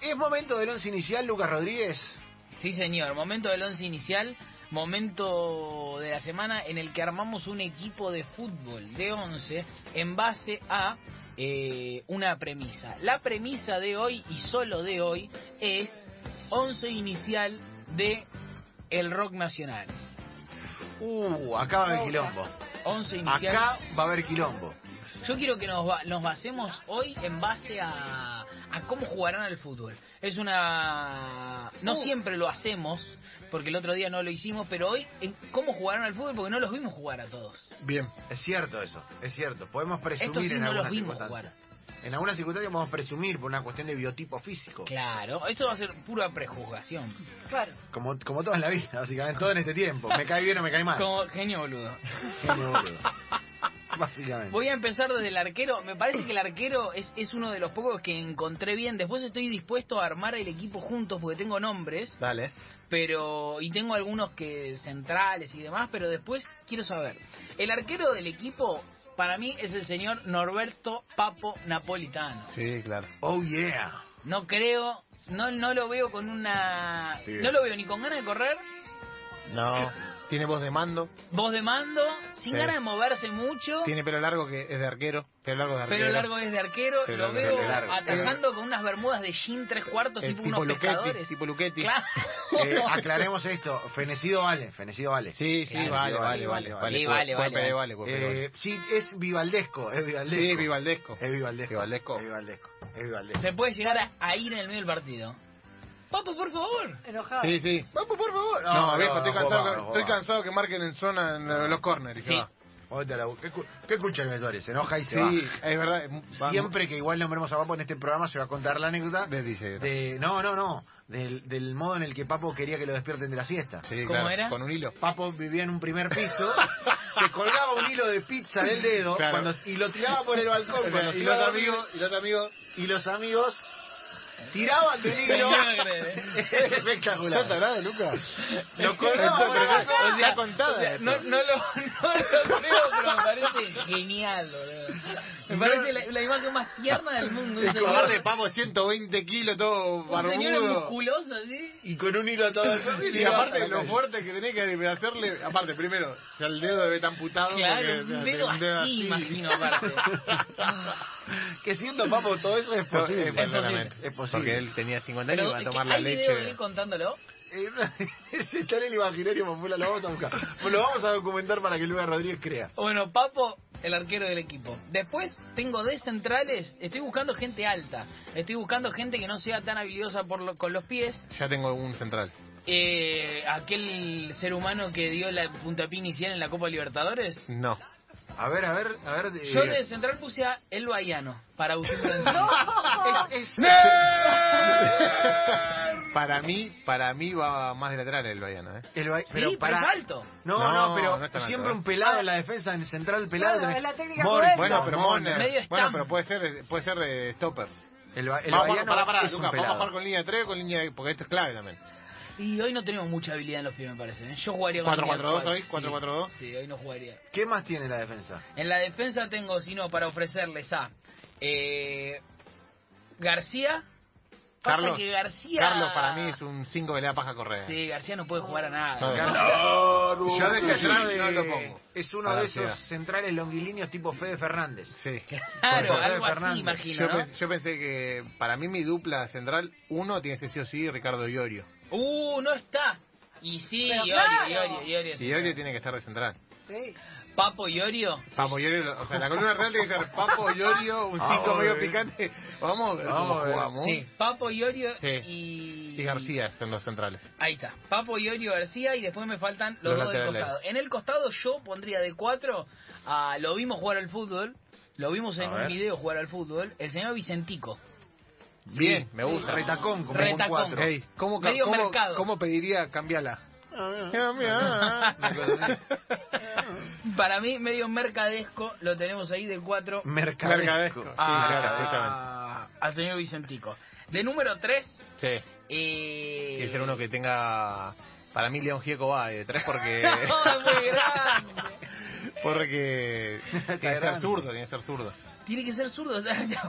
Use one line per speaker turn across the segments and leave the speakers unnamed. ¿Es momento del once inicial, Lucas Rodríguez?
Sí, señor. Momento del once inicial, momento de la semana en el que armamos un equipo de fútbol de once en base a eh, una premisa. La premisa de hoy y solo de hoy es once inicial de el rock nacional.
Uh, acá va a haber quilombo.
Once inicial.
Acá va a haber quilombo.
Yo quiero que nos, ba- nos basemos hoy en base a, a cómo jugarán al fútbol. Es una... No siempre lo hacemos, porque el otro día no lo hicimos, pero hoy en cómo jugarán al fútbol, porque no los vimos jugar a todos.
Bien. Es cierto eso, es cierto. Podemos presumir
Estos sí
en
no
algunas
los vimos
circunstancias.
jugar.
En algunas circunstancias podemos presumir por una cuestión de biotipo físico.
Claro, esto va a ser pura prejuzgación.
Claro.
Como, como todo en la vida, básicamente, todo en este tiempo. Me cae bien o me cae mal.
Ah. Como genio boludo.
Genio, boludo. Básicamente.
Voy a empezar desde el arquero. Me parece que el arquero es, es uno de los pocos que encontré bien. Después estoy dispuesto a armar el equipo juntos porque tengo nombres.
Dale.
pero y tengo algunos que centrales y demás, pero después quiero saber. El arquero del equipo para mí es el señor Norberto Papo Napolitano.
Sí, claro.
Oh yeah.
No creo, no no lo veo con una
Sí.
no lo veo ni con ganas de correr,
Eh,
No. Tiene voz de mando.
voz de mando, sin
Sí.
ganas de moverse mucho.
Tiene pelo largo que es de arquero. Pelo largo de arquero.
Pero largo es de arquero,
Pero
lo
largo es de
veo
largo.
atacando con unas bermudas de jean tres cuartos,
El
tipo,
tipo
unos
Luchetti,
pescadores.
tipo Luchetti.
Claro.
Eh, aclaremos esto. Fenecido vale, fenecido vale.
Sí, sí,
Claro,
vale,
sí,
vale,
vale, vale,
vale.
Sí, vale,
Cuerpo
vale,
de
vale.
vale, cuerpo de vale.
Eh, sí, es vivaldesco, es vivaldesco.
Sí, Vivaldesco.
Es vivaldesco.
Vivaldesco.
Es vivaldesco. Es vivaldesco.
Se puede llegar a, a ir en el medio del partido. Papo, por favor.
Enojado.
Sí, sí.
Vamos, por favor.
No, viejo, estoy,
no,
cansado,
vos vamos,
que, estoy
vos vamos.
cansado que marquen en zona en eh, los corners. y se
Sí.
va.
Móvete la boca. ¿Qué, escu- qué escucha el vestuario? Se enoja y se
Sí, es verdad. eh,
va.
va-
Siempre que igual nombremos a Papo en este programa se va a contar la anécdota
de DJ. ¿no?
de... No, no, no. Del, del modo en el que Papo quería que lo despierten de la siesta.
Sí,
¿Cómo
claro,
era?
Con un hilo.
Papo vivía en un primer piso, se colgaba un hilo de pizza del dedo
Claro.
cuando, y lo tiraba por el balcón.
O sea,
cuando se
y
iba
los
a dormir,
amigos, y los amigos.
y los amigos tiraban del hilo. ¿eh? Es
¿Está
espectacular.
tarada, Lucas?
Lo colgaba por el balcón.
O sea,
Está contada
o sea,
esto.
no, no lo, no lo creo, pero me parece genial, boludo. Me parece la, la imagen más tierna del mundo. Un
El
señor-
cobarde pavo, 120 kilos, todo
un señor
barbudo.
musculoso, ¿sí?
Y con un hilo a todo el perfil.
Y aparte, lo fuerte que tenés que hacerle. Aparte, primero, ya el dedo debe estar amputado.
Claro,
porque,
un
o sea,
dedo
un dedo
así, imagino, aparte.
Que siendo Papo todo eso es posible.
Es posible.
Es
Porque
posible.
él tenía 50 años y
Pero,
iba a
es que
tomar la
¿Hay video de
leche.
él contándolo?
Ese está en el imaginario popular, lo vamos a buscar. Pues Lo vamos a documentar para que Luis Rodríguez crea.
Bueno, Papo, el arquero del equipo. Después tengo de centrales, estoy buscando gente alta. Estoy buscando gente que no sea tan habilidosa por lo- con los pies.
Ya tengo un central.
Eh, aquel ser humano que dio la puntapié inicial en la Copa Libertadores.
No.
A ver, a ver, a ver. eh,
Yo de central puse a El Baiano para Agustín Lorenzini.
es, es-
Para mí, para mí va más de lateral el Bayano, ¿eh?
el ba-
Sí,
pero
pero
pará.
es alto.
No, no,
No,
pero
no está mal,
siempre
¿eh?
un pelado en la defensa, en central pelado.
Claro,
tenés-
es la técnica
Mori-
correcta.
Bueno, pero
Moner.
Medio
Moner. Bueno,
estampa.
pero puede ser, puede ser eh, stopper.
El, ba- el
vamos, a jugar-
Bahiano
pará, pará,
es un
Lucas, vamos a
pelado.
jugar con línea de 3 o con línea de... Porque esto es clave también.
Y hoy no tenemos mucha habilidad en los pies, me parece. ¿eh? Yo jugaría con
4-4-2
línea de
hoy,
cuatro.
4-4-2.
Sí, hoy no jugaría.
¿Qué más tiene la defensa?
En la defensa tengo, si no, para ofrecerles a eh, García. Pasa
Carlos,
que García...
Carlos para mí es un 5 que le da paja correr.
Sí, García no puede jugar a nada.
No,
García-
Yo de
sí,
central
sí,
de-
no lo pongo.
Es uno
Para
de
la ciudad.
esos centrales longuilíneos tipo Fede Fernández.
Sí.
Claro,
Jorge
algo así,
Fernández.
imagino,
Yo,
¿no?
pens- yo pensé que para mí mi dupla central, uno tiene que ser sí o sí Ricardo Iorio.
Uh, no está. Y sí,
Pero
Iorio,
claro.
Iorio, Iorio,
Y
sí.
Iorio tiene que estar de central.
Sí.
Papo Iorio.
Papo Iorio, o sea, la columna real tiene que ser Papo Iorio, un
Ah,
Vamos
5
a
medio
ver.
picante. Vamos a ver
Vamos a
cómo
ver.
jugamos.
Sí, Papo Iorio
Sí.
y...
Y García son los centrales.
Ahí está. Papo Iorio García y después me faltan los,
Los
dos del
laterales.
costado. En el costado yo pondría de cuatro a... Lo vimos jugar al fútbol. Lo vimos en
A
un
ver.
video jugar al fútbol. El señor Vicentico.
Bien, me gusta.
Retacón, como
Retacón.
un cuatro.
Ey, ¿cómo, ca-
Medio
cómo,
mercado.
cómo pediría cambiarla? Cambiala.
Para mí, medio mercadesco, lo tenemos ahí de cuatro
Mercadesco.
Mercadesco. Mm, Sí,
a-
claro, justamente.
al señor Vicentico. De número tres...
Sí,
Eh...
tiene que ser uno que tenga... Para mí León Gieco va de tres porque...
No, es muy grande.
Porque tiene que ser
grande.
zurdo, tiene que ser zurdo.
Tiene que ser zurdo. o sea, ya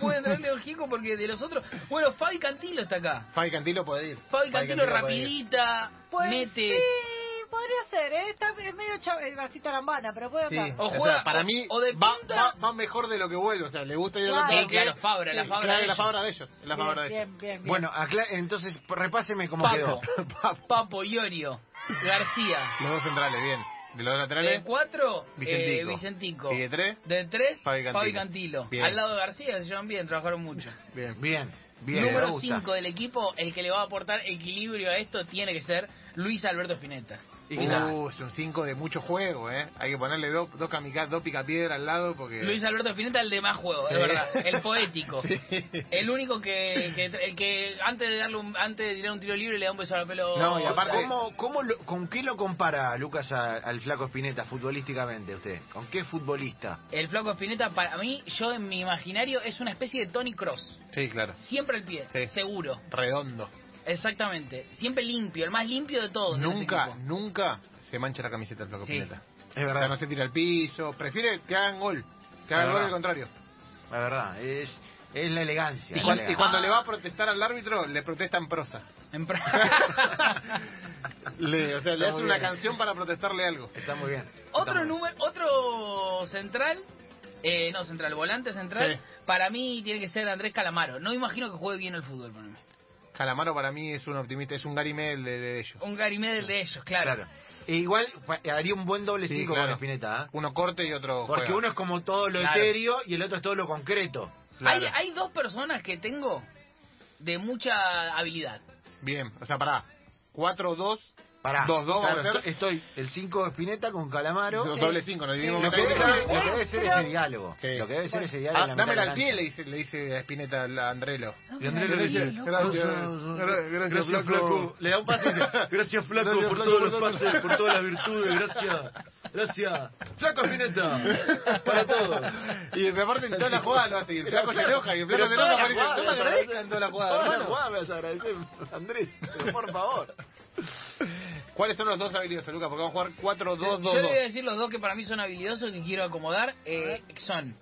puede entrarle Ojico porque de los otros. Bueno, Fabi Cantilo está acá.
Fabi Cantilo puede ir.
Fabi Cantilo
puede ir.
rapidita,
Pues
mete.
sí, podría ser, ¿eh? Está, es medio chav- eh, así tarambana, pero puede
Sí, Oh,
andar.
O
o,
juega-
sea, para
o-
mí
o de
va,
punta.
va- va mejor de lo que vuelve. O sea, le gusta ir
Claro.
a
Sí, claro, Fabra, la Fabra. de
la
ellos.
fabra de ellos. Es la
Bien,
fabra de ellos.
bien, bien, bien.
Bueno, acla- entonces p- repáseme cómo quedó.
Papo, Papo Iorio, García.
Los dos centrales, bien. De los laterales,
De cuatro, eh,
Vicentico.
Vicentico.
¿Y de tres?
De tres,
Fabi Cantilo.
Fabi Cantilo.
Bien.
Al lado de García, se llevan bien, trabajaron mucho.
Bien, bien, bien. me
Número
gusta.
5 del equipo, el que le va a aportar equilibrio a esto tiene que ser Luis Alberto Spinetta.
Y
Uh, es un 5 de mucho juego, ¿eh? Hay que ponerle dos dos kamikaze, dos picapiedra al lado porque...
Luis Alberto Spinetta, el de más juego,
Sí.
es verdad. El poético.
Sí.
El único que, que, el que antes de darle un, antes de tirar un tiro libre le da un beso a la pelota.
No, y aparte-
¿Cómo, cómo lo- ¿Con qué lo compara Lucas a- al flaco Spinetta futbolísticamente usted? ¿Con qué futbolista?
El flaco Spinetta, para mí, yo en mi imaginario, es una especie de Tony Cross.
Sí, claro.
Siempre al pie,
Sí.
seguro.
Redondo.
Exactamente. Siempre limpio, el más limpio de todos. en ese
Nunca,
equipo.
nunca se mancha la camiseta el flaco
Sí.
Pineta.
Es
O sea, no
verdad,
se tira al piso. Prefiere que hagan gol. Que hagan
Es
gol
verdad.
al contrario.
es verdad. Es, es la elegancia.
Y,
la
cuan- y
elegancia.
cuando le va a protestar al árbitro, le protesta en prosa.
En pra-
Le, o sea, le
Está
hace
muy
una
bien.
canción para protestarle algo.
Está muy bien. Está
otro
muy bien.
número, otro central, eh, no central, volante central,
Sí.
para mí tiene que ser Andrés Calamaro. No imagino que juegue bien el fútbol, para mí.
Calamaro para mí es un optimista, es un Garimel de, de ellos.
Un Gary Medel de ellos, claro.
Claro. E igual pa- haría un buen doble
Sí,
5
claro.
con Spinetta, ¿eh?
Uno corte y otro
Porque
juega.
uno es como todo lo
Claro.
etéreo y el otro es todo lo concreto.
Claro.
Hay, hay dos personas que tengo de mucha habilidad.
Bien, o sea, pará. 4-2,
Pará.
2-2 va a
Claro,
ser.
Estoy el 5 de Spinetta con Calamaro.
do-
Eh,
doble 5, nos dividimos
Lo que,
en
debe,
tres.
lo que
Eh,
debe ser
pero-
ese diálogo.
Sí.
Lo que debe ser ese
Ah,
diálogo. en la mitad
dámela
de la
al pie,
cancha.
le dice, le dice a Spinetta a Andrelo.
Y Andrés le dice,
Gracias,
gra-
gracias, flaco.
Le da un pase y dice, gracias flaco
Gracias,
por
flaco,
todos
por
los
todo".
pases, por todas las virtudes, gracias. Gracias. Flaco Spinetta. Para todos.
Y me aparte en toda la jugada lo hace. Y el
Pero
flaco se
claro,
enoja. Y el
pero
flaco se
toda
enoja.
la
parece,
jugada,
No me
pero-
agradezco en toda la jugada.
Toda la
hermano".
jugada me vas a agradecer, Andrés. pero Por favor.
¿Cuáles son los dos habilidosos, Lucas? Porque vamos
Yo
a jugar
le voy a
4-2-2-2.
decir los dos que para mí son habilidosos que quiero acomodar. Eh, son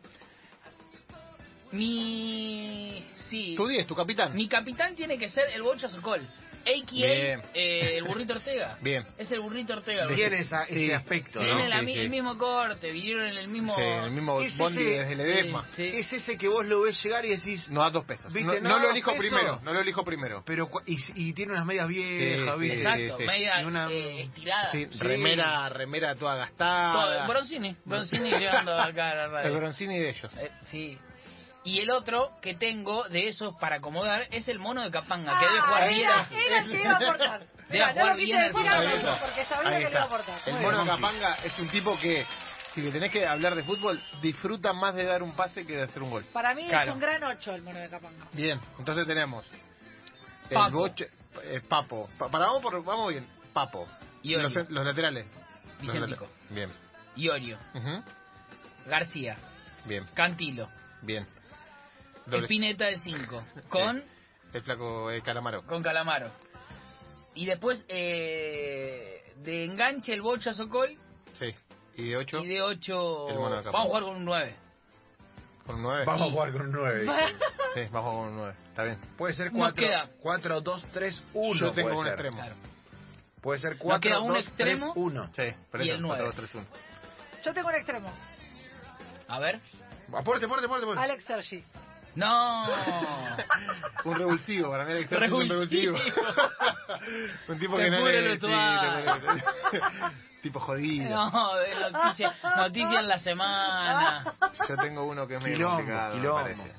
mi sí.
Tu 10, tu capitán.
Mi capitán tiene que ser el Bocha Sokol,
Bien.
a.k.a. eh, el Burrito Ortega.
Bien.
Es el Burrito Ortega. el burrito.
Tiene esa- ese aspecto,
Tienen
¿no?
la
Sí,
mi-
sí.
el mismo corte, vinieron en el mismo...
Sí, el mismo
Ese
Bondi
sí.
desde el Edesma.
Sí.
Es ese que vos lo ves llegar y decís,
No da dos pesos. No,
Viste,
no
no,
lo elijo
peso.
primero. No lo elijo primero.
pero cu- y, y tiene unas medias viejas,
Sí, sí,
¿viste?
Exacto,
sí.
media
Y una-
eh, estirada.
Sí,
Sí.
Remera, remera toda
Todo,
gastada.
Bronzini, Bronzini llegando acá a la
El
radio.
broncini de ellos.
Eh, sí. Y el otro que tengo de esos para acomodar es el mono de Capanga, que debe
Ah,
jugar bien.
era, era el que iba a aportar.
Debe
Mira, no
jugar
lo quise
bien al
decir ahora,
fútbol.
porque sabía
Ahí
que lo iba a
está.
aportar.
El
Muy
mono
bien.
Capanga es un tipo que, si le tenés que hablar de fútbol, disfruta más de dar un pase que de hacer un gol.
Para mí
Claro.
es un gran 8 el mono de Capanga.
Bien, entonces tenemos el
Papo.
Boche, eh, Papo. Pa- para, vamos, por, vamos bien, Papo.
Y
los,
Olio.
los laterales. Los
Vicentico.
laterales. Bien.
Iorio,
Ujú.
García,
Bien,
Cantilo,
bien. Doble-
Espineta de 5, con,
El flaco eh, Calamaro.
con Calamaro. Y después eh, de enganche el Bocha Sokol
Sí. Y de 8
y de 8...
El mono de
Vamos a
Capanga.
jugar con un 9.
con 9.
Vamos a jugar con un 9.
Sí, bajo con 9. Está bien.
Puede ser
Nos
4,
queda.
4, 2, 3, 1.
Yo tengo
puede
un
ser.
extremo.
Puede ser
queda
4,
un
2, 3,
extremo.
1.
Sí, pero
Y
eso,
el nueve.
4, 2, 3, 1.
Yo tengo un extremo,
A ver.
Aporte, aporte, aporte. aporte.
Alex Sergi.
No.
Un revulsivo, para mí el extremo es un
Revulsivo.
revulsivo. un tipo
Te
que no
cubre el
le... sí,
vestuario.
te cubre el- tipo jodido.
No, de noticia, noticia en la semana.
Yo tengo uno que es medio
Quilombo,
complicado,
quilombo.
me parece.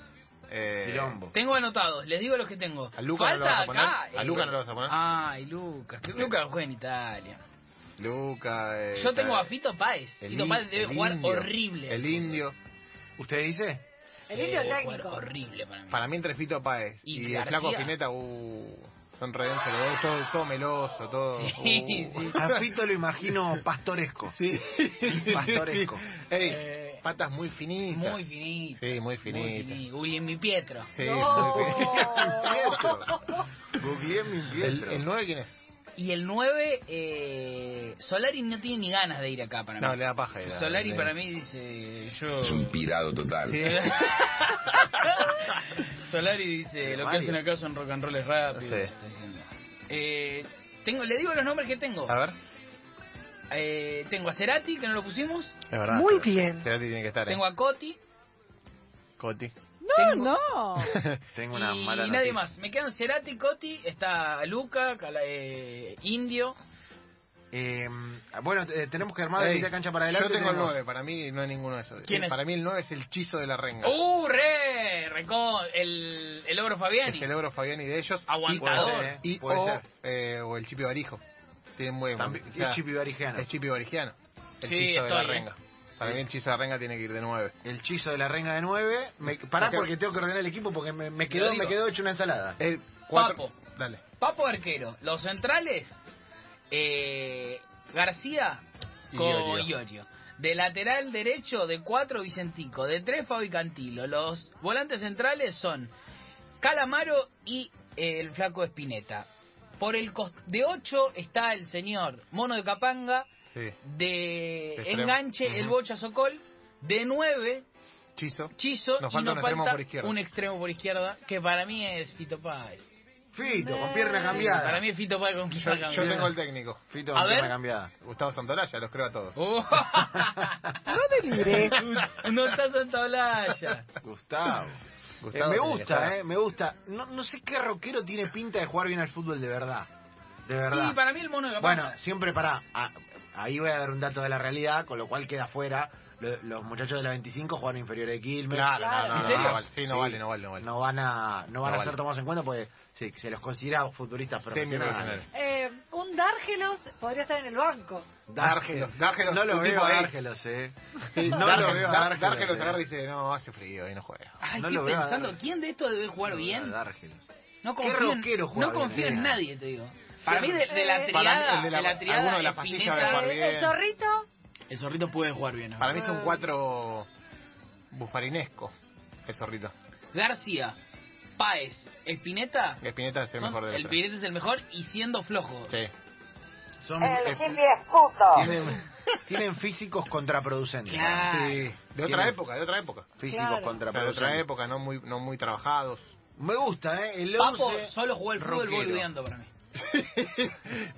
Eh,
Quilombo.
Tengo anotados, les digo los que tengo.
¿A Luca no
Falta
lo vas a poner?
acá.
¿A
eh,
Luca no lo vas a poner?
Ay, Lucas. que Lucas juega en Italia.
Luca... eh,
Yo tengo a
eh,
Fito Páez.
el
Fito
in-
Páez debe
el
jugar
indio.
horrible.
El indio.
¿Usted dice?
El indio
Eh, debe jugar
técnico.
horrible para mí.
Para mí entre Fito Páez
Y
y, el
García.
flaco Pineta, uh, son redensos, los dos, todo, todo meloso, todo...
Sí,
uh.
sí.
A Fito lo imagino pastoresco.
Sí.
Pastoresco.
Ey,
Eh,
patas muy finitas.
Muy finito.
Sí, muy
Muy
finitas.
finito. Uy, en mi Pietro.
Sí,
No.
muy finitas.
Googleé mi
¿El,
Pietro.
¿El 9 quién es?
Y el 9, eh, Solari no tiene ni ganas de ir acá para
No,
mí.
le da paja. ir a-
Solari
le-
para mí dice, yo...
Es un pirado total.
Sí.
Solari dice, lo que
Mario.
hacen acá son rock and roll es rápido.
Sí.
está diciendo. Eh, tengo, le digo los nombres que tengo.
A ver,
Eh, tengo a Cerati, que no lo pusimos.
es verdad.
Muy
pero-
bien.
Cerati tiene que estar, ¿eh?
Tengo a Coti.
Coti.
No,
tengo-
no.
Tengo una
y
mala
nadie
noticia.
más. Me quedan Cerati, Coti, está Luca, Cala- eh, Indio.
Eh, bueno, eh, tenemos que armar la
Ey,
mitad de cancha para adelante.
Yo tengo el
tenemos-
9, para mí no hay ninguno de esos. Eh,
¿Quién es?
Para mí el 9 es el chizo de la renga.
¡Uh, re! Recó, el, el ogro Fabiani.
Es el Ebro Fabiani de ellos.
Aguantador.
Puede ser, ¿eh?
Y,
Puede
o,
ser.
eh, o el Chipi Barijo. Tiene muy buen-
También,
o sea,
es Chipi Barijano.
Es Chipi Barijiano. El
Sí,
chizo de la
estoy, eh.
renga. Para mí el chizo de la renga tiene que ir de 9.
El chizo de la renga de 9. Me, pará
Ok.
porque tengo que ordenar el equipo porque me, me
Lo
quedó,
digo.
me quedó hecho una ensalada.
El
Papo.
Dale.
Papo Arquero. Los centrales, eh, García
Y
con
Iorio.
Iorio. De lateral derecho, de 4, Vicentico. De 3, Fabi Cantilo. Los volantes centrales son Calamaro y eh, el flaco Espineta. Por el cos- de 8 está el señor Mono de Capanga.
Sí.
De
Extremo.
enganche, el
Ujú.
Bocha Sokol. De 9,
Chizo.
Chizo.
Nos
y
falta
nos
un extremo
falta
por izquierda.
un extremo por izquierda, que para mí es Fito Páez.
Fito, con pierna cambiada.
Eh, Para mí es Fito Páez con
Yo,
Fito
yo
Cambiadas.
tengo el técnico.
Fito,
A
con pierna
ver.
cambiada.
Gustavo Santolaya, los creo a todos.
Uh.
No deliré.
no está Santa Olalla.
Gustavo. Eh,
Gustavo
me
tiene que estar.
gusta, eh, me gusta. No, no sé qué rockero tiene pinta de jugar bien al fútbol de verdad. De verdad.
Y para mí el mono de Capanga.
Bueno, siempre para. ahí voy a dar un dato de la realidad, con lo cual queda fuera. Lo- los muchachos de la 25 juegan inferiores de Quilmes.
Claro, no, no,
¿En
no,
serio?
no vale. Sí, no
Sí.
vale, no vale, no vale.
No van a, no van
No
a ser
vale.
tomados en cuenta porque sí, se los considera futbolistas profesionales.
Semiprofesionales.
Eh, un Dárgelos podría estar en el banco.
Dárgelos, Dárgelos,
Ah, No lo
un
veo
tipo
a
ahí.
Dárgelos, eh.
Sí,
No
Darge-
lo veo a
Dar-
Dargelos,
Dargelos
eh.
agarra y dice, no, hace frío y no juega.
Ay,
no
estoy
lo veo a
pensando,
dar-
¿quién de estos debe jugar bien?
Dárgelos.
No
¿Qué
confío, en,
rockero juega
no
bien,
confío en
nena?
nadie, te digo. Para mí, de, de la
Para mí,
triada,
el de
de
la-
la,
alguno
triada,
de la pastilla debe
Espineta,
jugar
Eh, el
bien.
zorrito.
el zorrito puede jugar bien. ¿no?
Para mí es un cuatro bufarinesco, el zorrito.
García, Páez, Espineta.
Espineta es el
son-
mejor de
el
los tres.
Pineta es el mejor y siendo flojo.
Sí.
Son, eh, tienen, tienen físicos contraproducentes.
Claro. Ah.
Sí, de otra
¿Quién?
época, de otra época.
Físicos
Claro.
O sea, de
contraproducentes.
otra época, no muy, no muy trabajados.
Me gusta, eh. El
Papo
11.
solo jugó el fútbol
rockero.
boludeando para mí.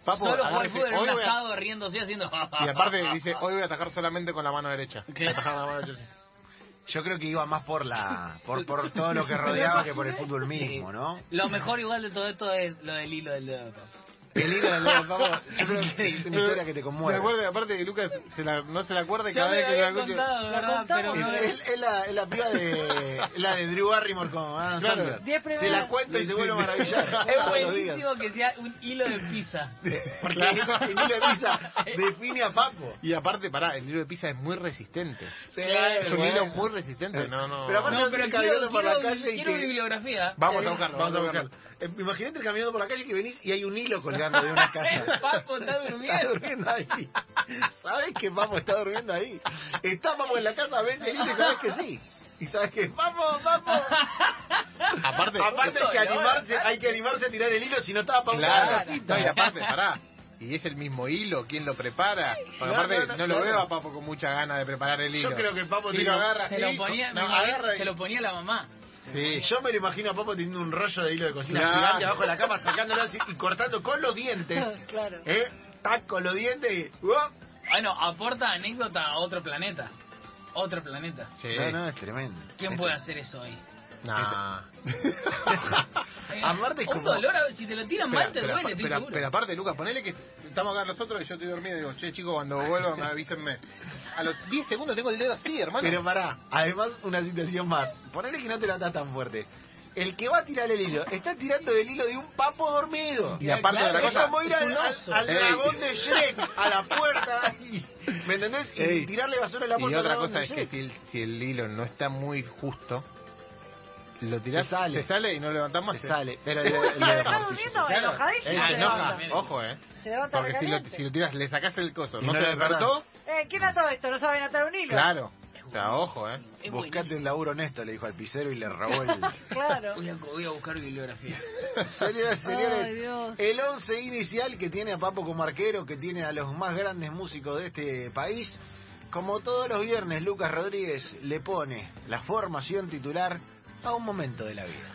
Papo,
solo jugó
agarra y
el
dice,
fútbol en
"Hoy
un
voy a-"
asado riéndose haciendo...
Y aparte dice, hoy voy a atacar solamente con la mano derecha.
Claro.
Atajar con la mano derecha.
Yo creo que iba más por la por, por todo lo que rodeaba que por el fútbol mismo, ¿no?
Lo mejor igual de todo esto es lo del hilo del dedo.
El hilo del dedo, Papo, yo creo que es una historia que te
Me acuerdo,
conmueve.
y aparte que Lucas se la- no se la acuerda y
Ya
cada
me
vez
lo
que la
había
escucha...
contado,
La
¿verdad?
contamos,
Pero no
¿no?
es-
Es, es la, es la piba de, es la de Drew Barrymore con Adam
Claro.
Sandler.
Diez
Se
primeras.
la cuento y se vuelve a maravillar.
es
Todos los días.
buenísimo que sea un hilo de pizza.
Porque
Claro.
el hilo de pizza define a Papo.
Y aparte, pará, el hilo de pizza es muy resistente.
Sí,
Claro,
Es un
bueno.
hilo Eh, muy resistente, no, no.
Pero aparte-
No,
ir
pero
caminando
quiero,
por la
quiero-
calle y
quiero
que-
bibliografía.
Vamos a buscarlo,
Vamos a buscarlo. Eh, Imagínate caminando por la calle que venís y hay un hilo colgando de una
El
casa.
papo está
Está
durmiendo.
durmiendo ahí. Sabes que Papo está durmiendo ahí. Está Papo en la casa, ves el hilo y sabes que sí. Y sabes que Papo, Papo.
aparte,
Aparte hay que animarse, hay que animarse a tirar el hilo si no estaba Papo en la
Claro,
casita.
no, y aparte, pará. Y es el mismo hilo, ¿quién lo prepara? Porque
No,
aparte
no,
no,
no,
lo
claro.
veo a Papo con mucha ganas de preparar el hilo.
Yo creo que el Papo
Y
tiene-
lo agarra.
Se lo
y-
ponía,
no,
mi-
agarra y-
se lo ponía la mamá.
Sí.
Yo me lo imagino a Papo teniendo un rollo de hilo de cocina
Claro.
gigante abajo de la cama, sacándolo así y cortando con los dientes.
Claro.
¿Eh? Tac con los dientes y. ¡uh! ¡uop!
Bueno, aporta anécdota a otro planeta. Otro planeta.
Sí.
No, no, es tremendo.
¿Quién puede hacer eso hoy?
Nah.
Eh,
Aparte es
un
como-
dolor, a- si te lo tiran mal te
Pero-
duele,
pero-
estoy
pero-
seguro.
pero aparte, Lucas, ponele que estamos acá nosotros y yo estoy dormido y digo, che, chicos, cuando vuelvo me avísenme. A los 10 segundos tengo el dedo así, hermano.
Pero pará, además una situación más. Ponele que no te la atás tan fuerte. El que va a tirar el hilo, está tirando el hilo de un papo dormido.
Y aparte de la
es
cosa-
como ir al,
es un
al-
oso.
al
Ey.
dragón de Shrek, a la puerta. y- ¿Me entendés? Y
Ey.
tirarle basura a la
y
puerta. al
otra
dragón
cosa
de
es que
Shrek.
si el, si el hilo no está muy justo, lo tirás,
Se sale.
y no lo levantás más.
Se sale. Pero
Lo dejás durmiendo,
Claro.
enojadísimo.
Ey,
Ah,
se
se
enoja.
levanta.
Ojo, eh.
Se levanta
Porque si lo,
recaliente.
si lo tiras, le sacás el coso,
Y no
no se
lo
despertó,
Eh, ¿Quién ató esto? ¿No saben atar un hilo?
claro. sea, ojo, ¿eh?
Es
Buscate un laburo honesto, le dijo al pisero y le robó el...
Claro.
Voy a, voy a buscar bibliografía.
Señoras y señores,
Ay, Dios.
el once inicial que tiene a Papo como arquero, que tiene a los más grandes músicos de este país. Como todos los viernes, Lucas Rodríguez le pone la formación titular a un momento de la vida.